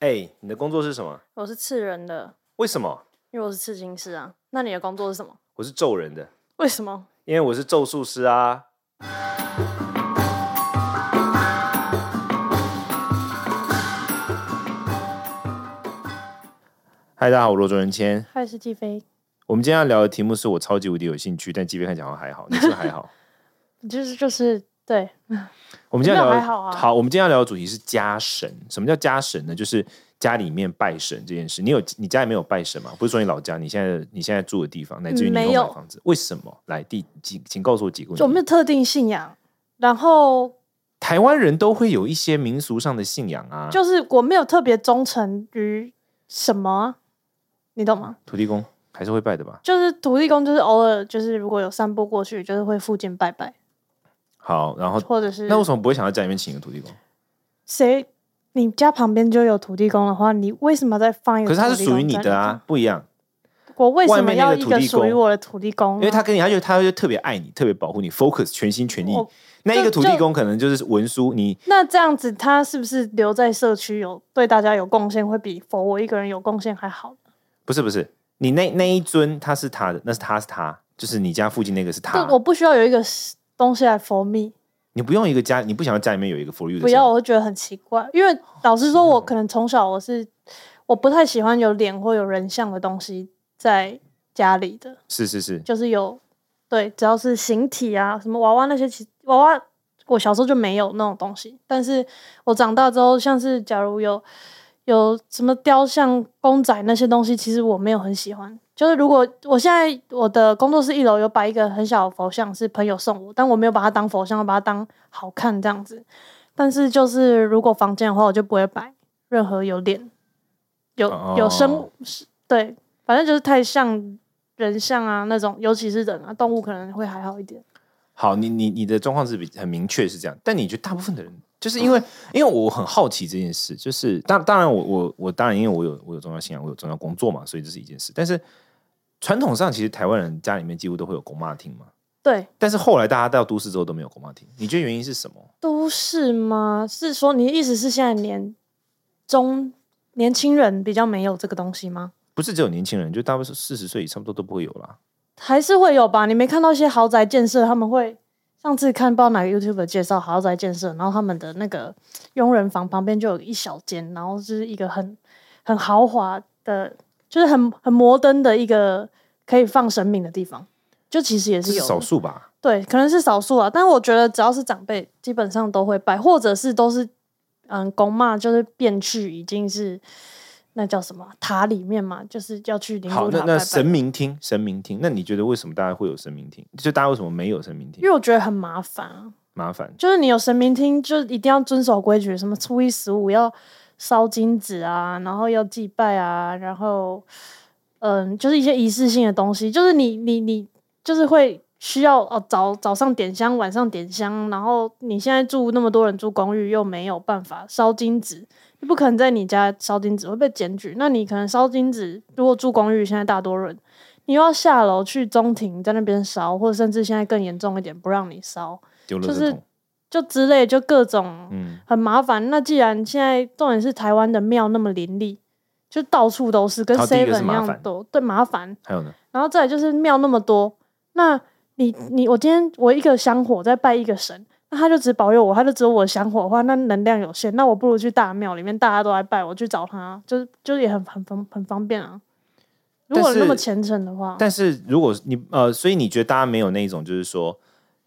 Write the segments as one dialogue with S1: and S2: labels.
S1: 哎、你的工作是什么？
S2: 我是刺人的，
S1: 为什么？
S2: 因为我是刺青师啊。那你的工作是什么？
S1: 我是咒人的，
S2: 为什么？
S1: 因为我是咒术师啊。嗨，大家好，我罗卓仁谦。
S2: 还是鸡飞？
S1: 我们今天要聊的题目是我超级无敌有兴趣，但即便看起来好像还好，你是不是还好。
S2: 就是就是对，
S1: 我们今天要
S2: 没有
S1: 聊
S2: 还好啊
S1: 我们今天要聊的主题是家神。什么叫家神呢？就是家里面拜神这件事。你有你家里面有拜神吗？不是说你老家，你现在你现在住的地方，乃至于你
S2: 嗯没
S1: 以后买
S2: 有
S1: 房子，为什么？来，第请请告诉我几个问题。
S2: 就我们有特定信仰，然后
S1: 台湾人都会有一些民俗上的信仰啊，
S2: 就是我没有特别忠诚于什么啊、你懂吗？
S1: 土地公还是会拜的吧？
S2: 就是土地公，就是偶尔就是如果有散步过去，就是会附近拜拜，
S1: 好，然后
S2: 或者是
S1: 哦那为什么不会想到家里面请一个土地公？
S2: 谁你家旁边就有土地公的话，你为什么要再放一个？
S1: 可是它是属于你的啊，，不一样，
S2: 我为什
S1: 外
S2: 么
S1: 面那
S2: 要
S1: 个
S2: 一
S1: 土
S2: 个
S1: 地
S2: 属于
S1: 公
S2: 我的土地公呢？
S1: 因为他跟你，他就他就特别爱你，特别保护你，focus 全心全意
S2: 我。
S1: 那一个土
S2: 就
S1: 地公可能就是文书，你
S2: 那这样子，他是不是留在社区有对大家有贡献，会比否我一个人有贡献还好？
S1: 不是不是，你那那一尊他是他的，那是他是他，就是你家附近那个是他
S2: 就，我不需要有一个东西来 for me，
S1: 你不用一个家，你不想要家里面有一个 for you 的，
S2: 不要，，我会觉得很奇怪。因为老实说，我可能从小我是我不太喜欢有脸或有人像的东西在家里的，
S1: 是是是，
S2: 就是有对，只要是形体啊，什么娃娃那些，其娃娃我小时候就没有那种东西，但是我长大之后，像是假如有有什么雕像、公仔那些东西，其实我没有很喜欢。就是如果我现在我的工作室一楼有摆一个很小的佛像，是朋友送我，但我没有把它当佛像，我把它当好看这样子。但是就是如果房间的话，我就不会摆任何有脸、有有生物，是对，反正就是太像人像啊那种，尤其是人啊，动物可能会还好一点。
S1: 好，你你你的状况是比很明确是这样，但你觉得大部分的人，就是因为因为我很好奇这件事，就是当当然我我我当然因为我有我有重要信仰，我有重要工作嘛，所以这是一件事。但是传统上其实台湾人家里面几乎都会有公妈厅嘛，
S2: 对，
S1: 但是后来大家到都市之后都没有公妈厅，你觉得原因是什么？
S2: 都市吗？是说你的意思是现在年中年轻人比较没有这个东西吗？
S1: 不是只有年轻人，就大部分四十岁以上都都不会有啦。
S2: 还是会有吧？你没看到一些豪宅建设，他们会上次看不知道哪个 YouTuber 介绍豪宅建设，然后他们的那个佣人房旁边就有一小间，然后是一个很很豪华的，就是很很摩登的一个可以放神明的地方，就其实也
S1: 这
S2: 是
S1: 是
S2: 有的
S1: 少数吧？
S2: 对，可能是少数啊，但我觉得只要是长辈，基本上都会拜，或者是都是嗯公骂，就是变去已经是那叫什么塔里面嘛，就是要去灵
S1: 好，
S2: 骨
S1: 那
S2: 塔拜
S1: 那
S2: 拜。
S1: 神明厅，神明厅，那你觉得为什么大家会有神明厅？就大家为什么没有神明
S2: 因
S1: 厅？
S2: 为我觉得很麻烦啊，
S1: 麻烦，
S2: 就是你有神明厅，就一定要遵守规矩，什么初一十五要烧金纸啊，然后要祭拜啊，然后嗯，就是一些仪式性的东西，就是你你你就是会需要哦早早上点香，晚上点香，然后你现在住那么多人住公寓，又没有办法烧金纸，你不可能在你家烧金纸会被检举。那你可能烧金纸，如果住公寓，现在大多人。你又要下楼去中庭，在那边烧，或者甚至现在更严重一点，不让你烧，
S1: 丢了
S2: 就
S1: 这
S2: 是
S1: 桶。
S2: 就之类，就各种
S1: 嗯，
S2: 很麻烦。那既然现在重点是台湾的庙那么林立，就到处都是，跟
S1: 好第一个是
S2: seven 一
S1: 麻烦
S2: 样多，对麻烦。
S1: 还有呢？
S2: 然后再来就是庙那么多，那你你我今天我一个香火在拜一个神，那他就只保佑我，他就只有我香火的话，那能量有限，那我不如去大庙里面大家都来拜，我去找他，就是就是也很很方很方便啊。如果
S1: 但是
S2: 那么虔诚的话，
S1: 但是如果你呃，所以你觉得大家没有那一种，就是说，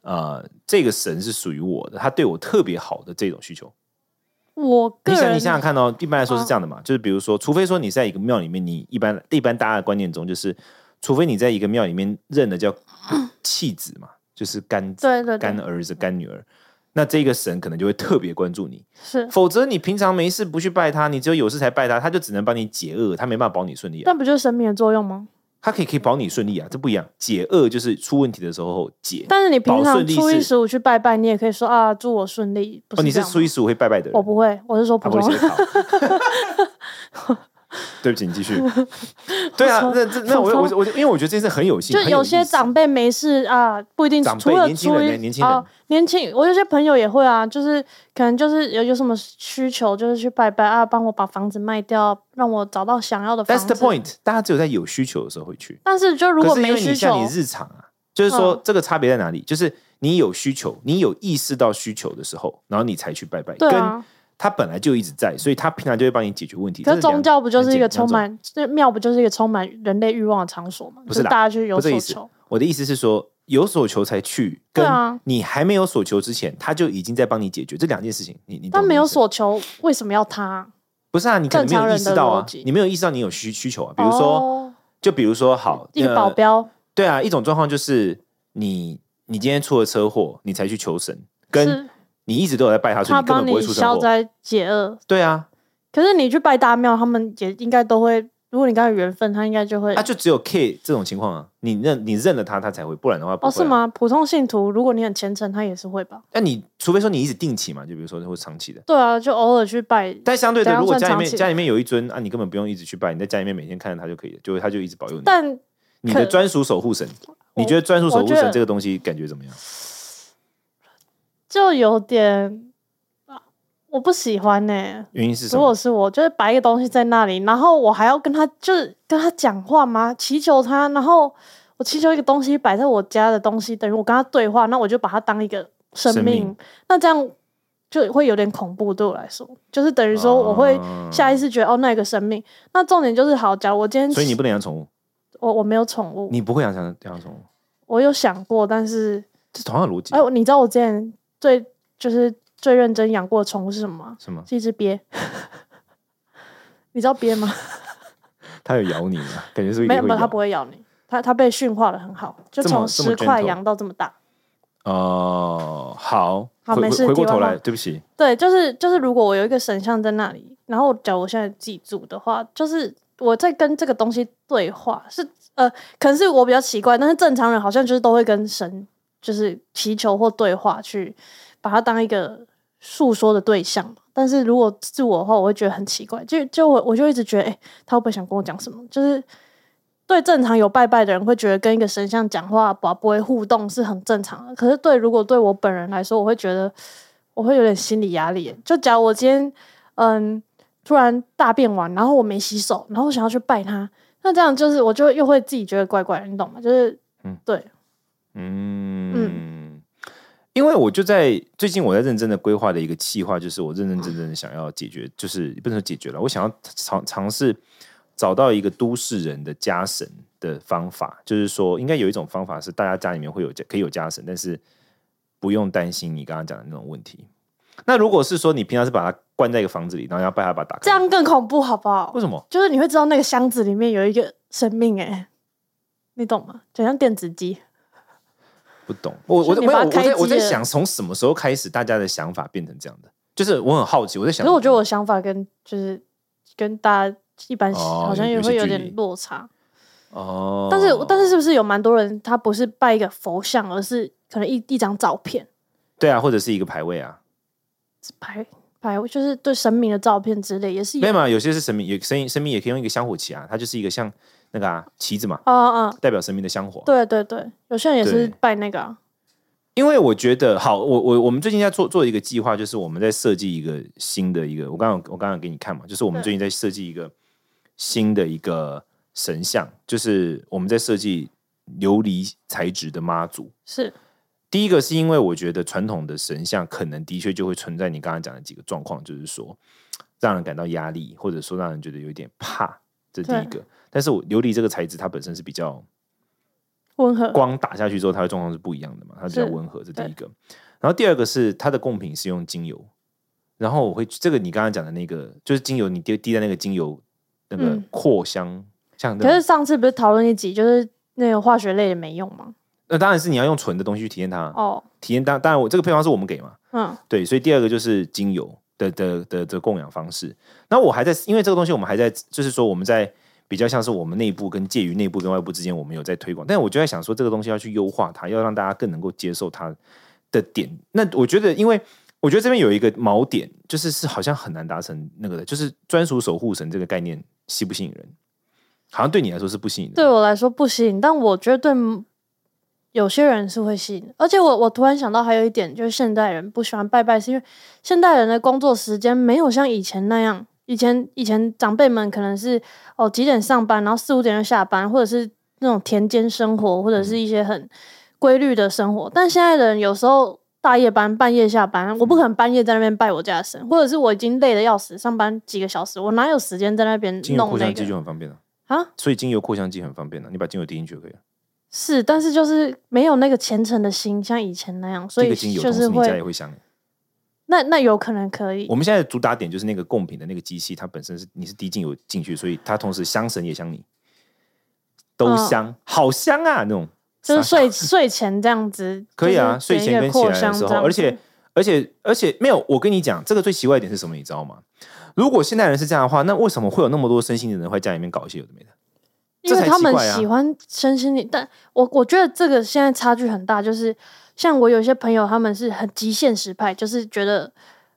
S1: 呃，这个神是属于我的，他对我特别好的这种需求。
S2: 我个
S1: 你想，
S2: 人
S1: 你想想看哦，一般来说是这样的嘛，就是比如说，除非说你在一个庙里面，你一般一般大家的观念中就是，除非你在一个庙里面认的 叫弃子嘛，就是干子、
S2: 对对
S1: 干
S2: 对，
S1: 儿子、干女儿，那这个神可能就会特别关注你。
S2: 是，
S1: 否则你平常没事不去拜他，你只有有事才拜他，他就只能帮你解厄，他没办法保你顺利啊。
S2: 但不就是神明的作用吗？
S1: 他可以可以保你顺利啊，这不一样。解厄就是出问题的时候解。
S2: 但是你平
S1: 保
S2: 常
S1: 顺利
S2: 初
S1: 是
S2: 一十五去拜拜，你也可以说啊，祝我顺利。不
S1: 哦，你
S2: 这
S1: 是
S2: 样吗
S1: 初一十五会拜拜的人，
S2: 我不会，我是说
S1: 他
S2: 普
S1: 不
S2: 通
S1: 会
S2: 人。
S1: 写好。对不起，你继续。对啊，那这那我我我，因为我觉得这件事很有戏，
S2: 就
S1: 很
S2: 有
S1: 有
S2: 些
S1: 意思
S2: 长辈没事啊，不一定
S1: 长辈
S2: 除了
S1: 年轻
S2: 出
S1: 人
S2: 于
S1: 呢年轻人
S2: 哦年轻，我有些朋友也会啊，就是可能就是有有什么需求，就是去拜拜啊，帮我把房子卖掉，让我找到想要的房
S1: That's
S2: 子。
S1: the point，大家只有在有需求的时候会去。
S2: 但是就如果
S1: 可是因
S2: 没
S1: 为
S2: 需
S1: 你
S2: 求
S1: 像，你日常啊，就是说
S2: 嗯
S1: 这个差别在哪里？就是你有需求，你有意识到需求的时候，然后你才去拜拜。
S2: 对
S1: 跟
S2: 啊。
S1: 他本来就一直在，所以他平常就会帮你解决问题。
S2: 可
S1: 这
S2: 是
S1: 两
S2: 宗教不就是一个
S1: 两种
S2: 充满，这庙不就是一个充满人类欲望的场所吗？
S1: 不
S2: 就是
S1: 啦
S2: 大家去有
S1: 不是这
S2: 所
S1: 意思
S2: 求，
S1: 我的意思是说，有所求才去，
S2: 对
S1: 跟
S2: 啊
S1: 你还没有所求之前，他就已经在帮你解决这两件事情。你你懂
S2: 但
S1: 我
S2: 没
S1: 的
S2: 有
S1: 意思
S2: 所求，为什么要他？
S1: 不是啊，你可能没
S2: 正常
S1: 有意
S2: 人
S1: 识
S2: 的
S1: 到啊
S2: 逻辑，
S1: 你没有意识到你有需需求啊。比如说，
S2: 哦
S1: 就比如说好，
S2: 一个
S1: 呃
S2: 保镖，
S1: 对啊，一种状况就是你你今天出了车祸，你才去求神，跟
S2: 是
S1: 你一直都有在拜他，所以
S2: 他
S1: 你根本
S2: 帮
S1: 不
S2: 你
S1: 会出车
S2: 消
S1: 祸。
S2: 灾解厄，
S1: 对啊，
S2: 可是你去拜大庙，他们也应该都会。如果你跟他有缘分，他应该就会。
S1: 啊，就只有 K 这种情况啊，你认你认了他，他才会，不然的话不会、啊
S2: 哦，是？吗？普通信徒，如果你很虔诚，他也是会吧？
S1: 那你除非说你一直定期嘛，就比如说会长期的。
S2: 对啊，就偶尔去拜。
S1: 但相对
S2: 怎
S1: 的，
S2: 样
S1: 如果家里
S2: 啊算长
S1: 面
S2: 期
S1: 家里面有一尊啊，你根本不用一直去拜，你在家里面每天看着他就可以了，就他就一直保佑你。
S2: 但
S1: 你的
S2: 可
S1: 专属守护神，你
S2: 我
S1: 觉得专属守
S2: 我
S1: 护
S2: 觉
S1: 神
S2: 得
S1: 这个东西感觉怎么样？
S2: 就有点，啊我不喜欢呢、
S1: 原因是什
S2: 如
S1: 么
S2: 果？是我，就是摆一个东西在那里，然后我还要跟他就是跟他讲话吗？祈求他，然后我祈求一个东西摆在我家的东西，等于我跟他对话，那我就把它当一个生
S1: 生
S2: 命，
S1: 命
S2: 那这样就会有点恐怖对我来说，就是等于说我会
S1: 啊
S2: 下意识觉得、哦，那一个生命。那重点就是好，假如我今天
S1: 所以你不能养宠物，
S2: 我我没有宠物，
S1: 你不会养养养宠物，
S2: 我有想过，但是
S1: 这同样的逻辑
S2: 哎、你知道我之前最就是最认真养过的宠物是什么吗？
S1: 是吗？
S2: 是一只鳖。 你知道鳖吗？
S1: 它有咬你吗？感觉是不是
S2: 没
S1: 也
S2: 有
S1: 会
S2: 没有，它
S1: 咬
S2: 不会咬你，它它被驯化的很好，就
S1: 这么
S2: 从
S1: 这么
S2: 十块
S1: gentle
S2: 养到这么大。
S1: 哦，好，
S2: 好
S1: 回
S2: 没事
S1: 回回过
S2: 题外
S1: 头来，
S2: 话
S1: 对不起，
S2: 对，就是就是，如果我有一个神像在那里，然后假如我现在自己住的话，就是我在跟这个东西对话，是呃，可能是我比较奇怪，但是正常人好像就是都会跟神就是祈求或对话，去把它当一个诉说的对象嘛。但是如果是我的话，我会觉得很奇怪，就就我我就一直觉得，哎、他会不会想跟我讲什么？就是对正常有拜拜的人会觉得跟一个神像讲话、不不会互动是很正常的。可是对如果对我本人来说，我会觉得我会有点心理压力。就假如我今天嗯突然大便完，然后我没洗手，然后我想要去拜他，那这样就是我就又会自己觉得怪怪的，你懂吗？就是
S1: 嗯
S2: 对，
S1: 嗯，因为我就在最近我在认真的规划的一个计划，就是我认认真真的想要解决，就是不能说解决了，我想要尝尝试找到一个都市人的家神的方法，就是说应该有一种方法是大家家里面会有家可以有家神，但是不用担心你刚刚讲的那种问题。那如果是说你平常是把它关在一个房子里，然后要拜它把它打开，
S2: 这样更恐怖，好不好
S1: 为？什么？
S2: 就是你会知道那个箱子里面有一个生命、哎，你懂吗？就像电子鸡。
S1: 不懂，我我
S2: 就
S1: 在
S2: 你
S1: 没有
S2: 把它
S1: 我在
S2: 开
S1: 我在
S2: 机了
S1: 想，从什么时候开始大家的想法变成这样的？就是我很好奇，我在
S2: 可
S1: 想，
S2: 是我觉得我想法跟就是跟大家一般
S1: 哦
S2: 好像
S1: 有
S2: 也
S1: 有些
S2: 会有
S1: 距
S2: 点
S1: 离
S2: 落差。
S1: 哦，
S2: 但是但是是不是有蛮多人他不是拜一个佛像，而是可能一一张照片，
S1: 对啊，或者是一个牌位啊，
S2: 拍拍就是对神明的照片之类，也是
S1: 没
S2: 有
S1: 有嘛？有些是神明，有神明神明也可以用一个香火旗啊，它就是一个像那个啊旗子嘛，
S2: 啊啊，啊
S1: 代表神明的香火。
S2: 对对对，有些人也是
S1: 对
S2: 拜那个、啊，
S1: 因为我觉得，好，我我我们最近在做做一个计划，就是我们在设计一个新的一个，我刚刚我刚刚给你看嘛，就是我们
S2: 对
S1: 最近在设计一个新的一个神像，就是我们在设计琉璃材质的妈祖。
S2: 是
S1: 第一个是因为我觉得传统的神像可能的确就会存在你刚刚讲的几个状况，就是说让人感到压力，或者说让人觉得有点怕，这第一个。但是我琉璃这个材质它本身是比较
S2: 温和
S1: 光打下去之后，它的状况是不一样的嘛，它比较
S2: 是
S1: 温和，这第一个。然后第二个是它的贡品是用精油，然后我会这个你刚刚讲的那个就是精油，你滴滴在那个精油那个
S2: 嗯
S1: 扩香，像那
S2: 可
S1: 种
S2: 是上次不是讨论一集就是那个化学类的没用吗？
S1: 那当然是你要用纯的东西去体验它，
S2: 哦，
S1: 体验当当然我这个配方是我们给嘛，
S2: 嗯，
S1: 对，所以第二个就是精油的的的的供养方式。那我还在，因为这个东西我们还在，就是说我们在比较像是我们内部跟介于内部跟外部之间，我们有在推广。但我就在想说，这个东西要去优化它，要让大家更能够接受它的点。那我觉得，因为我觉得这边有一个锚点，就是是好像很难达成那个的，就是专属守护神这个概念吸不吸引人？好像对你来说是不吸引人。
S2: 对我来说不吸引，但我觉得对有些人是会吸引。而且我我突然想到还有一点，就是现代人不喜欢拜拜，是因为现代人的工作时间没有像以前那样。以前以前长辈们可能是哦几点上班，然后四五点就下班，或者是那种田间生活，或者是一
S1: 嗯
S2: 些很规律的生活。但现在的人有时候大夜班、半夜下班，我
S1: 嗯
S2: 不可能半夜在那边拜我家的神，或者是我已经累得要死，上班几个小时，我哪有时间在那边
S1: 精油
S2: 弄
S1: 扩
S2: 那
S1: 香剂就
S2: 个
S1: 很方便了
S2: 啊？
S1: 所以精油扩香剂很方便了，你把精油滴进去就可以了。
S2: 是，但是就是没有那个虔诚的心，像以前那样，所
S1: 这
S2: 以
S1: 个精油
S2: 就
S1: 同
S2: 是
S1: 时你家也
S2: 会
S1: 会香。欸
S2: 那那有可能可以
S1: 我，们现在的主打点就是那个贡品的那个机器，它本身是你是滴精油进去，所以它同时香神也香你，都
S2: 嗯
S1: 香，好香啊那种。
S2: 就是
S1: 傻
S2: 睡睡前这样子，
S1: 可以啊，
S2: 就是
S1: 睡前
S2: 点
S1: 跟
S2: 一个
S1: 起
S2: 扩
S1: 来的
S2: 香
S1: 时
S2: 这
S1: 候，
S2: 样
S1: 而且
S2: 子
S1: 而且而且没有，我跟你讲，这个最奇怪的点是什么，你知道吗？如果现代人是这样的话，那为什么会有那么多身心的人会在家里面搞一些有的没的？
S2: 因为
S1: 这才
S2: 他们
S1: 奇怪啊
S2: 喜欢身心灵，但我我觉得这个现在差距很大，就是像我有些朋友，他们是很极限实派，就是觉得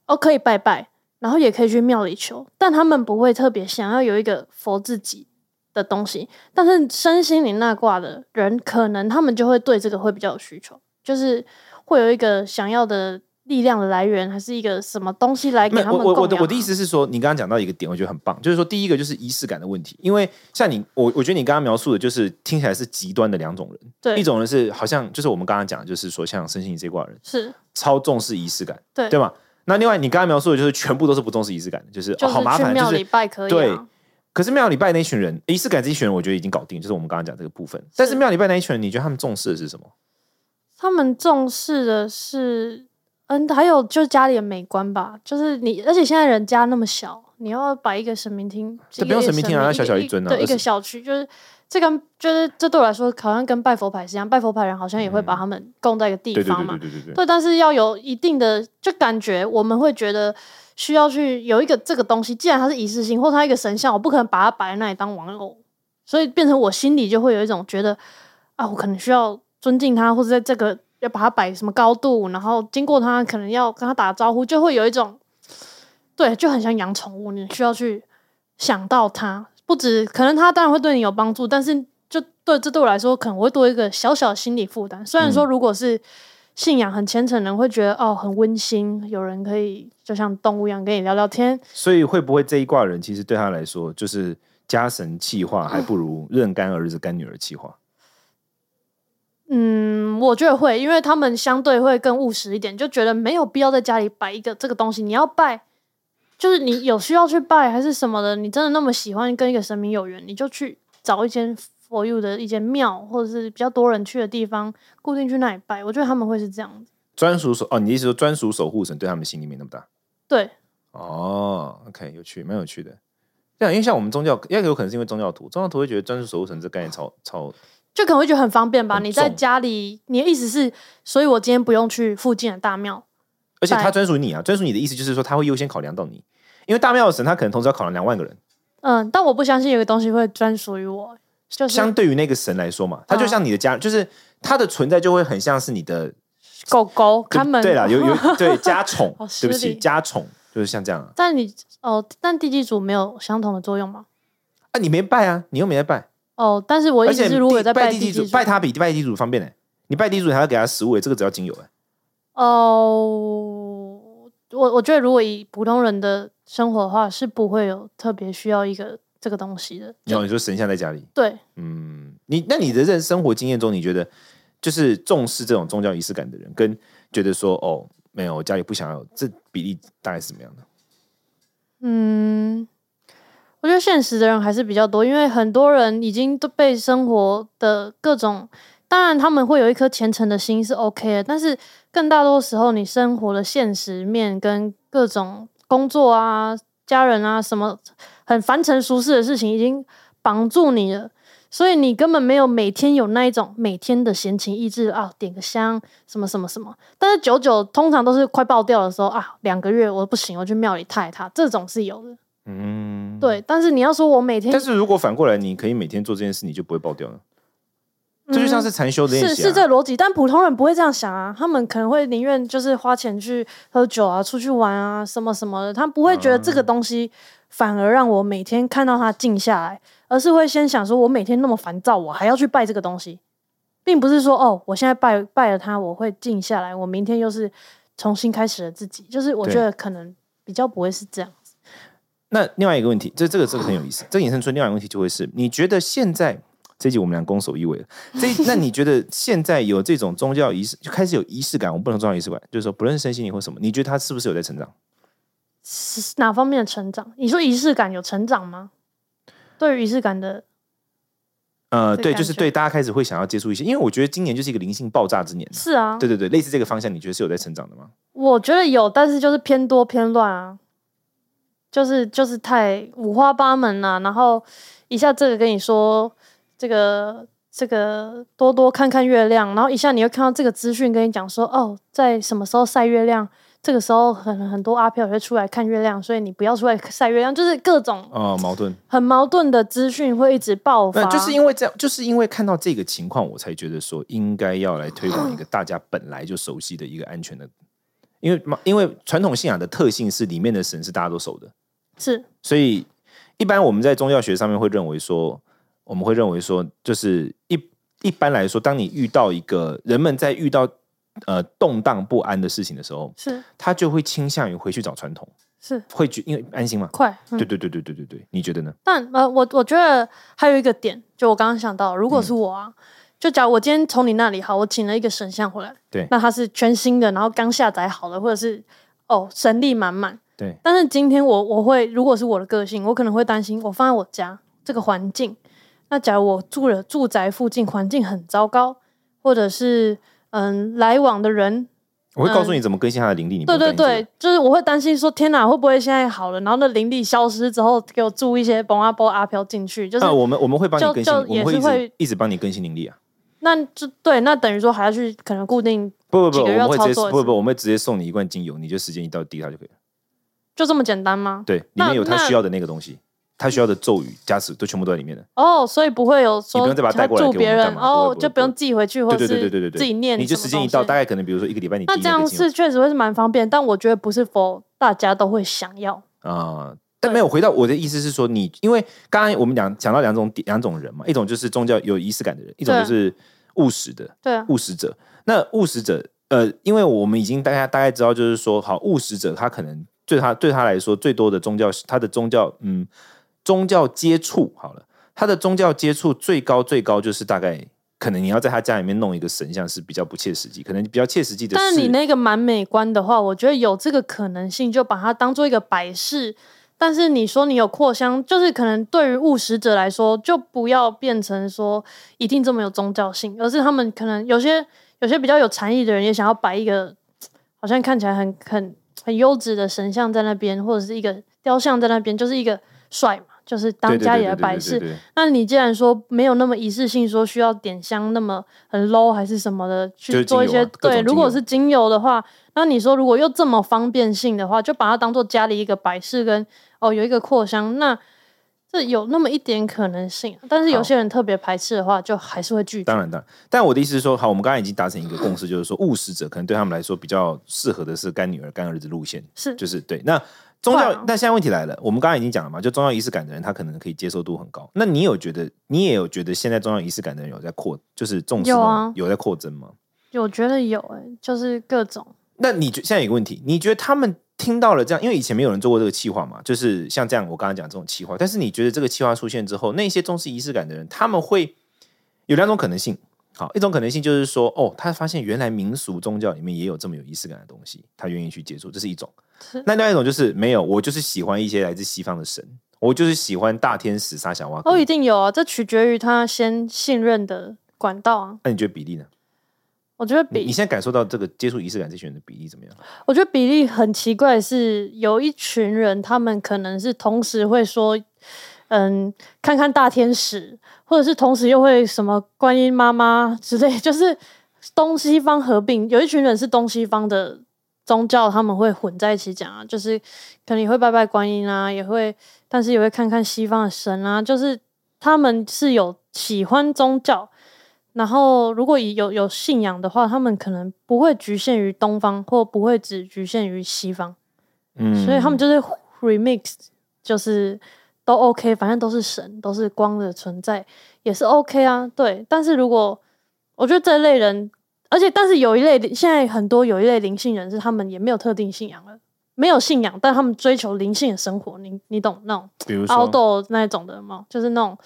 S2: 哦可以拜拜，然后也可以去庙里求，但他们不会特别想要有一个佛自己的东西，但是身心灵那挂的人，可能他们就会对这个会比较有需求，就是会有一个想要的力量的来源，还是一个什么东西来给
S1: 没
S2: 他
S1: 有，
S2: 们
S1: 我我我的
S2: 供养啊
S1: 我的意思是说，你刚刚讲到一个点，我觉得很棒，就是说第一个就是仪式感的问题，因为像你，我我觉得你刚刚描述的，就是听起来是极端的两种人，
S2: 对
S1: 一种人是好像就是我们刚刚讲的，就是说像身心灵这一挂人
S2: 是
S1: 超重视仪式感，
S2: 对
S1: 对吗？那另外你刚刚描述的就是全部都是不重视仪式感的，就是、
S2: 就
S1: 哦、好麻
S2: 是去
S1: 烦，
S2: 庙
S1: 就是。
S2: 里拜可以、啊
S1: 对可是庙礼拜那一群人，仪式感这一群人，我觉得已经搞定，就是我们刚刚讲这个部分。但是庙礼拜那一群人，你觉得他们重视的是什么？
S2: 他们重视的是，嗯，还有就家里的美观吧，就是你，而且现在人家那么小，你要摆一个神明厅，
S1: 这
S2: 一
S1: 不用
S2: 个
S1: 神明厅啊
S2: 一个
S1: 它小小一尊啊
S2: 对，一
S1: 而且
S2: 个小区，就是这跟就是这对我来说，好像跟拜佛牌是一样，拜佛牌人好像也会把他们供在一个地
S1: 嗯对对
S2: 方
S1: 对
S2: 嘛
S1: 对，对对对。
S2: 对，但是要有一定的，就感觉我们会觉得需要去有一个这个东西，既然它是仪式性，或它一个神像，我不可能把它摆在那里当玩偶，所以变成我心里就会有一种觉得啊，我可能需要尊敬它，或者在这个要把它摆什么高度，然后经过它可能要跟它打招呼，就会有一种对，就很像养宠物，你需要去想到它，不止可能它当然会对你有帮助，但是就对这对我来说，可能会多一个小小的心理负担。虽然说如果是信仰很虔诚的人，会觉得哦很温馨，有人可以就像动物一样跟你聊聊天，
S1: 所以会不会这一挂人，其实对他来说，就是家神气化，还不如认干儿子干女儿气化？
S2: 嗯，我觉得会，因为他们相对会更务实一点，就觉得没有必要在家里摆一个这个东西。你要拜，就是你有需要去拜还是什么的，你真的那么喜欢跟一个神明有缘，你就去找一间 for you 的一间庙，或者是比较多人去的地方，固定去那里拜。我觉得他们会是这样子。
S1: 专属守哦，你的意思说专属守护神对他们心里没那么大？
S2: 对，
S1: 哦，OK，有趣，蛮有趣的。对啊，因为像我们宗教，也有可能是因为宗教徒，宗教徒会觉得专属守护神这概念超超
S2: 就可能会觉得很方便吧。
S1: 很
S2: 你在
S1: 重
S2: 家里，你的意思是，所以我今天不用去附近的大庙，
S1: 而且
S2: 对
S1: 它专属你啊，专属你的意思就是说，他会优先考量到你，因为大庙的神他可能同时要考量两万个人，
S2: 嗯，但我不相信有个东西会专属于我，就是嗯
S1: 相对于那个神来说嘛，他就像你的家，就是他的存在就会很像是你的，
S2: 狗狗
S1: 对
S2: 看门
S1: 对啦，有 有对家宠
S2: 好，失
S1: 对
S2: 礼
S1: 不起，家宠就是像这样啊，
S2: 但你哦，但地基组没有相同的作用吗？
S1: 啊你没拜啊，你又没来拜，
S2: 哦，但是我
S1: 而
S2: 意
S1: 且
S2: 思是，如果有在
S1: 地拜
S2: 地
S1: 地
S2: 基
S1: 主，拜他比拜地主方便呢、你拜地主还要给他食物、欸，这个只要精油、欸，
S2: 哦，我我觉得如果以普通人的生活的话，是不会有特别需要一个这个东西的。
S1: 然后你说神像在家里，
S2: 对，
S1: 嗯，你那你的认生活经验中，你觉得就是重视这种宗教仪式感的人，跟觉得说哦没有，我家里不想要有，这比例大概是怎么样的？
S2: 嗯，我觉得现实的人还是比较多，因为很多人已经都被生活的各种，当然他们会有一颗虔诚的心是 OK 的，但是更大多时候你生活的现实面跟各种工作啊、家人啊什么很凡尘俗世的事情已经绑住你了。所以你根本没有每天有那一种每天的闲情逸致啊，点个香什么什么什么，但是久久通常都是快爆掉的时候啊，两个月我不行，我去庙里踏一踏，这种是有的。
S1: 嗯，。
S2: 对，但是你要说我每天
S1: 但，是如果反过来，你可以每天做这件事，你就不会爆掉了。这就像是禅修的练习、啊
S2: 嗯是是这个逻辑，但普通人不会这样想啊，他们可能会宁
S1: 嗯
S2: 愿就是花钱去喝酒啊、出去玩啊什么什么的，他不会觉得这个东西反而让我每天看到它静下来，而是会先想说，我每天那么烦躁，我还要去拜这个东西，并不是说哦，我现在拜拜了它，我会静下来，我明天又是重新开始了自己。就是我觉
S1: 对
S2: 得可能比较不会是这样。
S1: 那另外一个问题，这这个这个很有意思，这个衍生出另外一个问题就会是，你觉得现在这一集我们俩攻守一尾了，这一那你觉得现在有这种宗教仪式就开始有仪式感？我不能宗教仪式感，就是说不论是身心灵或什么，你觉得他是不是有在成长？
S2: 是哪方面的成长？你说仪式感有成长吗？对于仪式感的，
S1: 呃，
S2: 这
S1: 对，
S2: 感
S1: 就是
S2: 觉
S1: 对大家开始会想要接触一些，因为我觉得今年就是一个灵性爆炸之年，
S2: 是啊，
S1: 对对对，类似这个方向，你觉得是有在成长的吗？
S2: 我觉得有，但是就是偏多偏乱啊，就是就是太五花八门啊，然后一下这个跟你说这个这个多多看看月亮，然后一下你又看到这个资讯跟你讲说哦，在什么时候晒月亮，这个时候很很多阿飘也会出来看月亮，所以你不要出来晒月亮，就是各种
S1: 哦，矛盾，
S2: 很矛盾的资讯会一直爆发，
S1: 那就是因为这样，就是因为看到这个情况，我才觉得说应该要来推广一个 大家本来就熟悉的一个安全的，因为嘛，因为传统信仰的特性是里面的神是大家都熟的，
S2: 是
S1: 所以一般我们在宗教学上面会认为说，我们会认为说，就是一一般来说，当你遇到一个人们在遇到呃动荡不安的事情的时候，
S2: 是
S1: 他就会倾向于回去找传统，
S2: 是
S1: 会去因为安心嘛。
S2: 快，嗯
S1: 对对对对对对对，你觉得呢？
S2: 但呃，我我觉得还有一个点，就我刚刚想到，如
S1: 嗯
S2: 果是我啊，就假如我今天从你那里好，我请了一个神像回来，
S1: 对
S2: 那它是全新的，然后刚下载好的，或者是哦神力满满，
S1: 对
S2: 但是今天我我会，如果是我的个性，我可能会担心，我放在我家这个环境，那假如我住了住宅附近环境很糟糕，或者是嗯来往的人
S1: 我会告诉你怎么更新他的灵力，你不
S2: 对
S1: 用
S2: 对
S1: 担心这个
S2: 对，就是我会担心说，天哪，会不会现在好了，然后那灵力消失之后，给我注一些崩啊崩阿飘进去，就是、
S1: 啊，我们我们会帮你
S2: 就
S1: 更新，
S2: 就
S1: 我们
S2: 也
S1: 会
S2: 是
S1: 一直
S2: 会
S1: 一直帮你更新灵力啊。
S2: 那就对，那等于说还要去可能固定，
S1: 不不不，
S2: 几
S1: 我
S2: 个月
S1: 们
S2: 要
S1: 会直接
S2: 操作一
S1: 不
S2: 次
S1: 不，我们会直接送你一罐精油，你就时间一到滴它就可以了。
S2: 就这么简单吗？
S1: 对，里
S2: 那
S1: 面有他
S2: 那
S1: 需要的那个东西，他需要的咒语、加持都全部都在里面的。
S2: 哦，所以不会有
S1: 你
S2: 说
S1: 不用再把它带过来
S2: 住
S1: 给我们
S2: 别
S1: 干
S2: 人
S1: 嘛不会不
S2: 哦
S1: 会，
S2: 就不用寄回去，或
S1: 对对
S2: 者是
S1: 对对对对对，
S2: 自己念，
S1: 你就时间一到，大。概可能比如说一个礼拜你滴
S2: 那
S1: 一
S2: 这样
S1: 个精油
S2: 是确实会是蛮方便，但我觉得不是否大家都会想要，
S1: 啊、但没有回到我的意思是说你，因为刚刚我们讲讲到两种两种人嘛，一种就是宗教有仪式感的人，一种
S2: 对
S1: 就是务实的，
S2: 对啊，
S1: 务实者。那务实者，呃，因为我们已经大家大概知道，就是说，好，务实者他可能对他对他来说最多的宗教，他的宗教，嗯，宗教接触好了，他的宗教接触最高最高就是大概。可能你要在他家里面弄一个神像是比较不切实际，可能比较切实际的是，
S2: 但是你那个蛮美观的话，我觉得有这个可能性，就把它当做一个摆饰。但是你说你有扩香，就是可能对于务实者来说，就不要变成说一定这么有宗教性，而是他们可能有些有些比较有禅意的人，也想要摆一个好像看起来很很很优质的神像在那边，或者是一个雕像在那边，就是一个帅嘛，就是当
S1: 对对
S2: 家
S1: 对
S2: 里
S1: 对
S2: 的
S1: 对
S2: 摆
S1: 对
S2: 饰。
S1: 对
S2: 那你既然说没有那么仪式性，说需要点香那么很 low 还是什么的
S1: 就是
S2: 去
S1: 精油
S2: 做
S1: 啊
S2: 一些、
S1: 各种
S2: 对，
S1: 精油
S2: 如果是精油的话，那你说如果又这么方便性的话，就把它当做家里一个摆饰跟哦有一个扩香，那这有那么一点可能性。啊但是有些人特别排斥的话，就还是会拒绝。
S1: 当然，当然。但我的意思是说，好，我们刚才已经达成一个共识，就是说，务实者可能对他们来说比较适合的是干女儿、干儿子路线，
S2: 是
S1: 就是对。那宗教
S2: 哇，
S1: 那现在问题来了，我们刚才已经讲了嘛，就宗教仪式感的人，他可能可以接受度很高。那你有觉得，你也有觉得现在宗教仪式感的人有在扩，就是重视
S2: 有
S1: 吗
S2: 啊
S1: 有在扩增吗？
S2: 我觉得有、欸，就是各种
S1: 那你觉现在有一个问题，你觉得他们听到了这样，因为以前没有人做过这个企划嘛，就是像这样我刚刚讲这种企划，但是你觉得这个企划出现之后，那些重视仪式感的人，他们会有两种可能性。好，一种可能性就是说，哦，他发现原来民俗宗教里面也有这么有仪式感的东西，他愿意去接触，这是一种
S2: 是。
S1: 那另外一种就是没有，我就是喜欢一些来自西方的神，我就是喜欢大天使撒小蛙。
S2: 哦，一定有啊，这取决于他先信任的管道啊。
S1: 那你觉得比例呢？
S2: 我觉得
S1: 你
S2: 比
S1: 你现在感受到这个接触仪式感这群人的比例怎么样？
S2: 我觉得比例很奇怪，是有一群人，他们可能是同时会说，嗯，看看大天使，或者是同时又会什么观音妈妈 之类，就是东西方合并。有一群人是东西方的宗教，他们会混在一起讲啊，就是可能也会拜拜观音啊，也会，但是也会看看西方的神啊，就是他们是有喜欢宗教。然后，如果以有有信仰的话，他们可能不会局限于东方，或不会只局限于西方，
S1: 嗯
S2: 所以他们就是 remix 就是都 OK，反正都是神，都是光的存在，也是 OK 啊。对，但是如果我觉得这类人，而且但是有一类现在很多有一类灵性人是他们也没有特定信仰了，没有信仰，但他们追求灵性的生活，你你懂那种
S1: 嗯比如
S2: 凹
S1: 说，
S2: 豆那种的吗？就是那种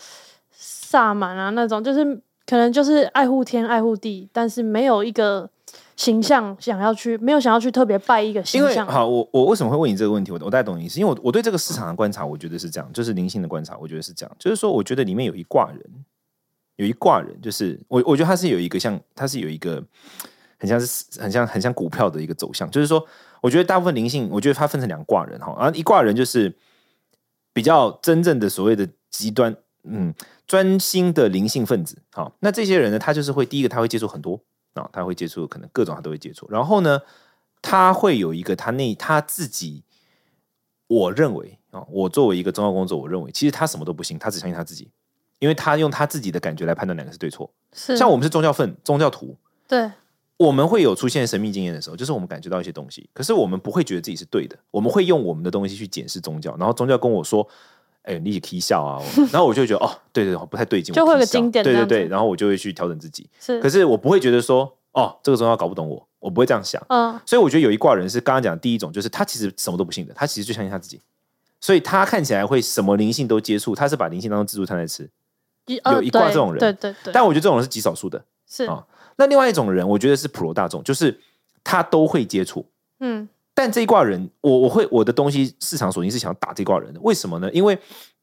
S2: 萨满啊那种，就是可能就是爱护天爱护地，但是没有一个形象想要去，没有想要去特别拜一个
S1: 因
S2: 形
S1: 为
S2: 象。
S1: 好，我我为什么会问你这个问题？我我大概懂你意思，因为我我对这个市场的观察，我觉得是这样，就是灵性的观察，我觉得是这样，就是说，我觉得里面有一挂人，有一挂人，就是我我觉得他是有一个像，他是有一个很像是很像很像股票的一个走向，就是说，我觉得大部分灵性，我觉得它分成两挂人哈，然后一挂人就是比较真正的所谓的极端，嗯，专心的灵性分子，好，那这些人呢，他就是会第一个他会接触很多啊、他会接触可能各种他都会接触，然后呢，他会有一个他内他自己，我认为啊、我作为一个宗教工作者，我认为其实他什么都不信，他只相信他自己。因为他用他自己的感觉来判断哪个是对错。
S2: 是
S1: 像我们是宗教份宗教徒，
S2: 对
S1: 我们会有出现神秘经验的时候，就是我们感觉到一些东西，可是我们不会觉得自己是对的，我们会用我们的东西去检视宗教，然后宗教跟我说。哎、你也可以笑啊！我然后我就会觉得，哦，对对对，不太对劲，
S2: 就会有
S1: 我
S2: 个
S1: 可以笑
S2: 经典
S1: 对
S2: 这
S1: 对
S2: 样
S1: 对，
S2: 子
S1: 然后我就会去调整自己。
S2: 是，
S1: 可是我不会觉得说，哦，这个宗教搞不懂我，我不会这样想。
S2: 嗯
S1: 所以我觉得有一挂人是刚刚讲的第一种，就是他其实什么都不信的，他其实就相信他自己，所以他看起来会什么灵性都接触，他是把灵性当做自助餐来吃。
S2: 一呃
S1: 有一挂
S2: 对
S1: 这种人
S2: 对对对，
S1: 但我觉得这种人是极少数的，
S2: 是
S1: 啊那另外一种人，我觉得是普罗大众，就是他都会接触，
S2: 嗯
S1: 但这一挂人，我我会我的东西市场锁定是想要打这一挂人的，为什么呢？因为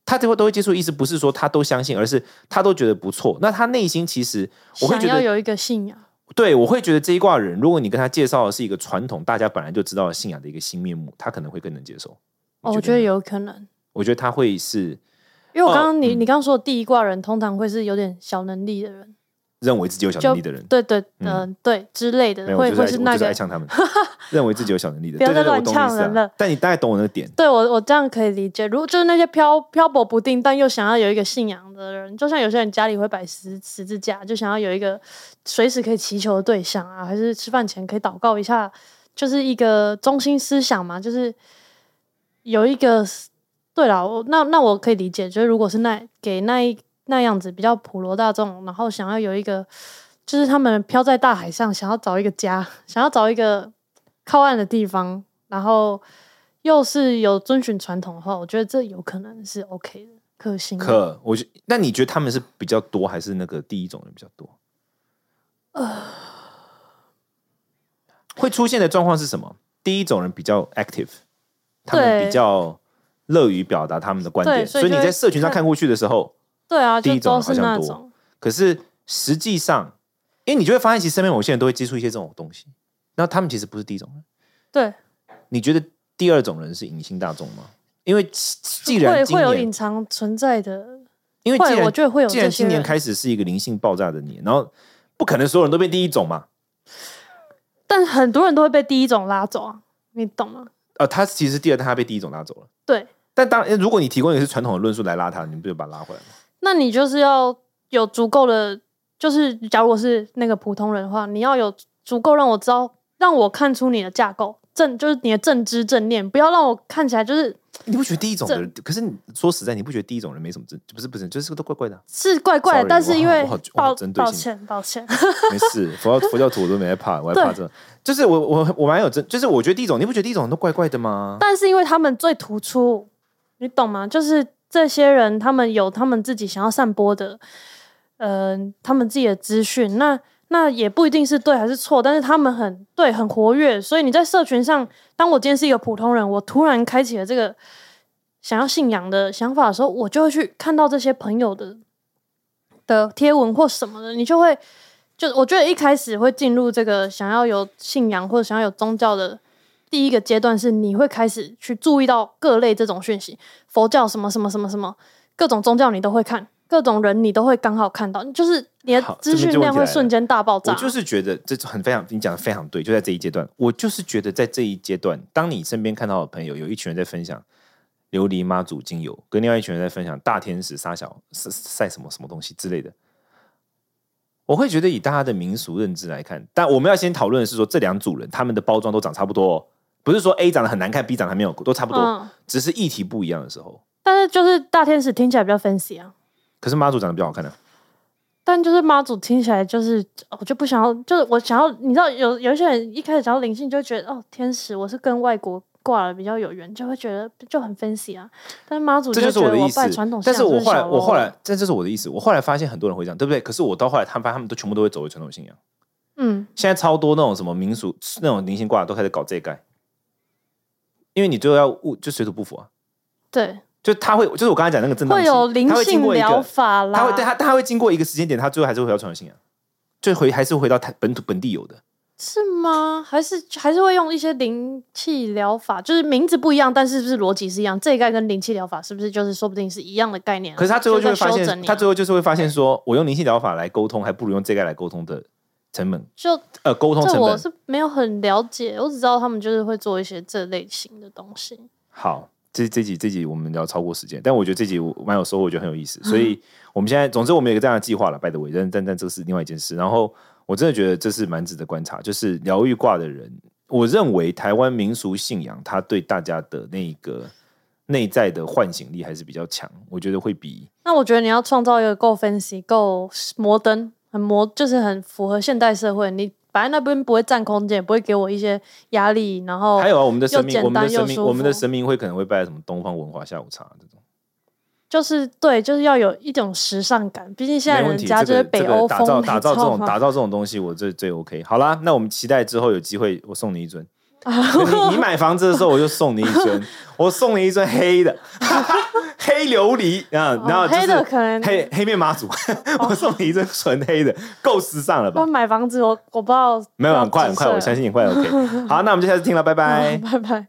S1: 他这会都会接触，意思不是说他都相信，而是他都觉得不错。那他内心其实我会
S2: 想
S1: 觉
S2: 要
S1: 得，
S2: 有一个信仰，
S1: 对我会觉得这一挂人，如果你跟他介绍的是一个传统大家本来就知道的信仰的一个新面目，他可能会更能接受。
S2: 哦，
S1: 你
S2: 我觉得
S1: 呢，
S2: 有可能，
S1: 我觉得他会是
S2: 因为我
S1: 哦
S2: 刚刚你
S1: 嗯
S2: 你刚刚说的第一挂人通常会是有点小能力的人，
S1: 认为自己有小能力的人。
S2: 对对
S1: 嗯
S2: 嗯对之类
S1: 没
S2: 的，
S1: 有，我
S2: 会
S1: 就是爱
S2: 会
S1: 我
S2: 那
S1: 就是爱
S2: 个
S1: 呛 他们，认为自己有小能力的，
S2: 不要
S1: 对对
S2: 再
S1: 对
S2: 乱
S1: 我懂你意
S2: 呛
S1: 思
S2: 人了
S1: 啊。但你大概懂我那个点，
S2: 对我，我这样可以理解。如就是那些漂漂泊不定，但又想要有一个信仰的人，就像有些人家里会摆十十字架，就想要有一个随时可以祈求的对象啊，还是吃饭前可以祷告一下，就是一个中心思想嘛，就是有一个。对了，我那那我可以理解，就是如果是那给那一那样子比较普罗大众，然后想要有一个，就是他们漂在大海上，想要找一个家，想要找一个靠岸的地方，然后又是有遵循传统的话，我觉得这有可能是 OK 的，可行的。
S1: 可我觉，那你觉得他们是比较多，还是那个第一种人比较多？会出现的状况是什么？第一种人比较 active，他们
S2: 对
S1: 比较乐于表达他们的观点，
S2: 对所以
S1: 所以你
S2: 就会
S1: 在社群上
S2: 看
S1: 看过去的时候，
S2: 对啊，
S1: 第
S2: 就
S1: 一种好
S2: 都是
S1: 像
S2: 那
S1: 多
S2: 种，
S1: 可是实际上，因为你就会发现，其实身边某些人都会接触一些这种东西，那他们其实不是第一种人。
S2: 对，
S1: 你觉得第二种人是隐性大众吗？因为既既
S2: 会
S1: 然今
S2: 会有
S1: 年
S2: 隐，藏存在的，
S1: 因为既
S2: 会
S1: 然
S2: 我觉得会有
S1: 既然
S2: 这
S1: 今
S2: 些
S1: 年
S2: 人。
S1: 开始是一个灵性爆炸的年，然后不可能所有人都变第一种嘛？
S2: 但很多人都会被第一种拉走啊，你懂吗？
S1: 呃，他其实第二，但他被第一种拉走了。
S2: 对，
S1: 但当然，如果你提供一个是传统的论述来拉他，你不就把他拉回来吗？
S2: 那你就是要有足够的，就是假如我是那个普通人的话，你要有足够让我知道，让我看出你的架构正，就是你的正知正念，不要让我看起来就是
S1: 你不觉得第一种的人？可是你说实在，你不觉得第一种人没什么真，不是不是，就是都怪怪的啊、
S2: 是怪怪
S1: Sorry，
S2: 的，但是因
S1: 我好
S2: 为
S1: 我好我好
S2: 抱
S1: 针对
S2: 抱
S1: 性
S2: 歉抱歉，
S1: 没事，佛教佛教徒我都没在怕，我还怕
S2: 对
S1: 这种。就是我我我蛮有真，就是我觉得第一种，你不觉得第一种人都怪怪的吗？
S2: 但是因为他们最突出，你懂吗？就是这些人，他们有他们自己想要散播的，嗯、他们自己的资讯。那那也不一定是对还是错，但是他们很对，很活跃。所以你在社群上，当我今天是一个普通人，我突然开启了这个想要信仰的想法的时候，我就会去看到这些朋友的的贴文或什么的，你就会。就我觉得一开始会进入这个想要有信仰或者想要有宗教的第一个阶段是你会开始去注意到各类这种讯息，佛教什么什么什么什么，各种宗教你都会看，各种人你都会刚好看到，就是你的
S1: 好
S2: 资讯
S1: 这边就问
S2: 量
S1: 题来
S2: 会
S1: 了
S2: 瞬间大爆炸。
S1: 我就是觉得这很非常，你讲的非常对，就在这一阶段，我就是觉得在这一阶段，当你身边看到的朋友有一群人在分享琉璃妈祖精油，跟另外一群人在分享大天使沙小晒晒什么什么东西之类的，我会觉得以大家的民俗认知来看，但我们要先讨论的是说这两组人他们的包装都长差不多、哦。不是说 A 长得很难看，B 长得还没有，都差不多，
S2: 嗯
S1: 只是议题不一样的时候。
S2: 但是就是大天使听起来比较 fancy 啊，
S1: 可是妈祖长得比较好看的、啊
S2: 但就是妈祖听起来就是我就不想要，就是我想要，你知道有有一些人一开始讲到灵性就会觉得哦天使我是跟外国挂了比较有缘，就会觉得就很 fancy 啊，但是妈祖
S1: 这
S2: 就
S1: 就是
S2: 觉
S1: 我
S2: 得
S1: 的意
S2: 我
S1: 思
S2: 拜传统。信
S1: 但
S2: 仰
S1: 是我后
S2: 真的
S1: 来，
S2: 小喽
S1: 我后来，这就是我的意思。我后来发现很多人会这样，对不对？可是我到后来，他们发现他们都全部都会走回传统信仰。
S2: 嗯
S1: 现在超多那种什么民俗、那种灵性挂的都开始搞这一盖，因为你最后要物就水土不服啊。
S2: 对
S1: 就他会，就是我刚才讲那个震荡
S2: 会
S1: 期，
S2: 有灵
S1: 他会经
S2: 性
S1: 过一个
S2: 疗法啦，
S1: 他会对他，他会经过一个时间点，他最后还是会回到传统信仰，就回还是回到他本土本地有的。
S2: 是吗？还是还是会用一些灵气疗法，就是名字不一样，但是是不是逻辑是一样？这一概跟灵气疗法是不是就是说不定是一样的概念啊？
S1: 可是他最后就
S2: 就
S1: 会发
S2: 在修整
S1: 现，
S2: 你啊
S1: 他最后就是会发现说，我用灵性疗法来沟通，还不如用这个来沟通的成本，
S2: 就
S1: 呃，沟通
S2: 这
S1: 成
S2: 我
S1: 本
S2: 是没有很了解，我只知道他们就是会做一些这类型的东西。
S1: 好。这这集这集我们聊超过时间，但我觉得这集我蛮有收获，我觉得很有意思，所
S2: 嗯
S1: 以我们现在总之我们有一个这样的计划了，拜的伟，但但但这是另外一件事。然后我真的觉得这是蛮值得观察，就是疗愈挂的人，我认为台湾民俗信仰它对大家的那个内在的唤醒力还是比较强，我觉得会比
S2: 那我觉得你要创造一个够分析、够摩登、很摩，就是很符合现代社会。你摆在那边不会占空间，也不会给我一些压力，然后
S1: 还有啊，我们的
S2: 哦又
S1: 神明，
S2: 简
S1: 我们的
S2: 单又
S1: 神明，
S2: 舒服
S1: 我们的神明会可能会拜什么东方文化下午茶这种。
S2: 就是对，就是要有一种时尚感。毕竟现在
S1: 没问
S2: 人
S1: 题，
S2: 家
S1: 这
S2: 就是
S1: 个
S2: 北
S1: 这
S2: 欧
S1: 个
S2: 风
S1: 打，造打造这
S2: 你知道
S1: 种
S2: 吗
S1: 打造这种东西，我最最 OK。好啦，那我们期待之后有机会，我送你 一尊。你你买房子的时候，我就送你一尊，我送你一尊黑的， 黑琉璃啊，
S2: 哦
S1: 然后就是
S2: 黑的可能哦
S1: 黑黑面妈祖，我送你一尊纯黑的，够时尚了吧
S2: 我？买房子，我我不知道
S1: 没有，啊
S2: 要
S1: 很快
S2: 几
S1: 很快，我
S2: 岁
S1: 相信你快 OK。好，那我们就下次听了，拜拜
S2: 了。拜拜。